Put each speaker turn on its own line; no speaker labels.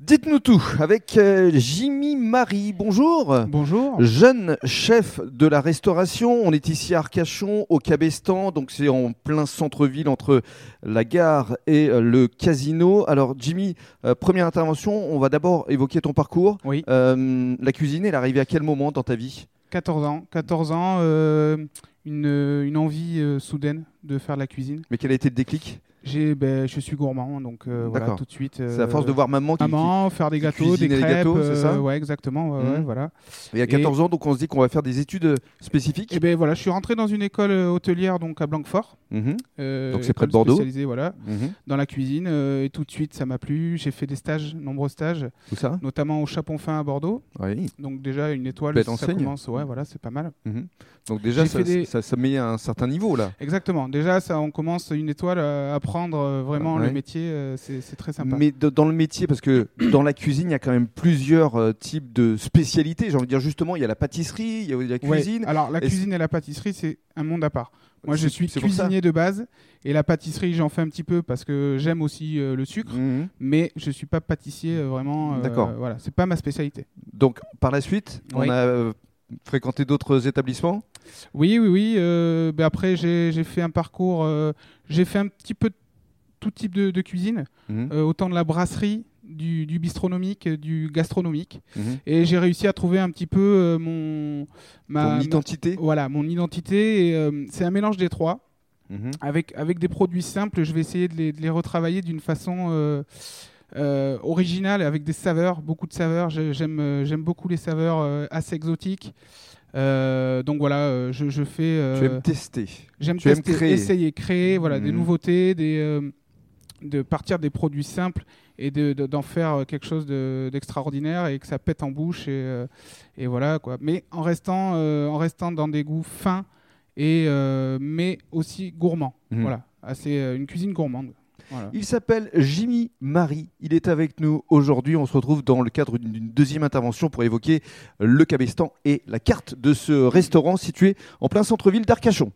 Dites-nous tout avec euh, Jimmy Marie. Bonjour.
Bonjour.
Jeune chef de la restauration, on est ici à Arcachon, au Cabestan, donc c'est en plein centre-ville entre la gare et euh, le casino. Alors Jimmy, euh, première intervention, on va d'abord évoquer ton parcours.
Oui.
Euh, la cuisine, elle est arrivée à quel moment dans ta vie
14 ans. 14 ans, euh, une, euh, une envie euh, soudaine de faire de la cuisine.
Mais quel a été le déclic
J'ai, ben, je suis gourmand, donc euh, voilà,
D'accord.
tout de suite. euh,
C'est à force de voir maman qui...
Maman, faire des
qui
gâteaux, des
cuisinait les
crêpes. euh,
gâteaux, c'est ça
ouais, exactement. ouais, ouais,
Mhm.
voilà.
qui- Et à 14 ans, donc on se dit qu'on va faire des études euh, spécifiques.
Et ben voilà, je suis rentré dans une école euh, hôtelière donc à Blanquefort.
Mhm,
euh,
Donc c'est près de
école
Bordeaux.
spécialisée, voilà,
mhm.
dans la cuisine. euh, et tout de suite, ça m'a plu. J'ai fait des stages, nombreux stages,
Tout ça
notamment au Chapon Fin à Bordeaux.
Oui.
Donc déjà une étoile,
Belle
ça
enseigne.
commence. Ouais, voilà, c'est pas mal.
Mhm. Donc déjà,
J'ai
ça,
fait des-
ça- ça met à un certain niveau là.
Exactement. Déjà, ça, on commence une étoile à apprendre euh, vraiment
Ouais.
le métier. euh, c'est c'est très sympa.
Mais de- dans le métier, parce que dans la cuisine, il y a quand même plusieurs euh, types de spécialités. J'ai envie de dire justement, il y a la pâtisserie, il y a la
Ouais.
cuisine.
Alors, la
Est-ce-
cuisine et la pâtisserie, c'est un monde à part. Moi, je
C'est-
suis
c'est pour ça.
cuisinier de base et la pâtisserie, j'en fais un petit peu parce que j'aime aussi euh, le sucre,
Mhm.
mais je suis pas pâtissier euh, vraiment. euh,
D'accord.
Voilà, c'est pas ma spécialité.
Donc par la suite, on
Oui.
a euh, fréquenté d'autres établissements.
Oui, oui, oui. euh, ben après, j'ai j'ai fait un parcours. euh, j'ai fait un petit peu de tout type de, de cuisine,
Mhm.
euh, autant de la brasserie, du, du bistronomique, euh, du gastronomique.
Mhm.
et j'ai réussi à trouver un petit peu euh, mon ma,
Ton
ma-
identité.
voilà mon identité et, euh, c'est un mélange des trois Oh.
Mhm.
avec avec des produits simples je vais essayer de les, de les retravailler d'une façon euh, euh, originale avec des saveurs beaucoup de saveurs J'ai- j'aime euh, j'aime beaucoup les saveurs euh, assez exotiques Euh, donc voilà euh, je, je fais euh,
Tu aimes tester.
j'aime
tu aimes
tester,
créer.
essayer créer voilà des
Mhm.
nouveautés des euh, de partir des produits simples et de- de- d'en faire euh, quelque chose de- d'extraordinaire et que ça pète en bouche et, euh, et voilà quoi. Mais en restant, euh, en restant dans des goûts fins et euh, mais aussi gourmands.
Mhm.
Voilà, assez euh, une cuisine gourmande. Voilà.
Il s'appelle Jimmy Marie. Il est avec nous aujourd'hui. On se retrouve dans le cadre d'une d'une deuxième intervention pour évoquer le Cabestan et la carte de ce restaurant situé en plein centre-ville d'Arcachon.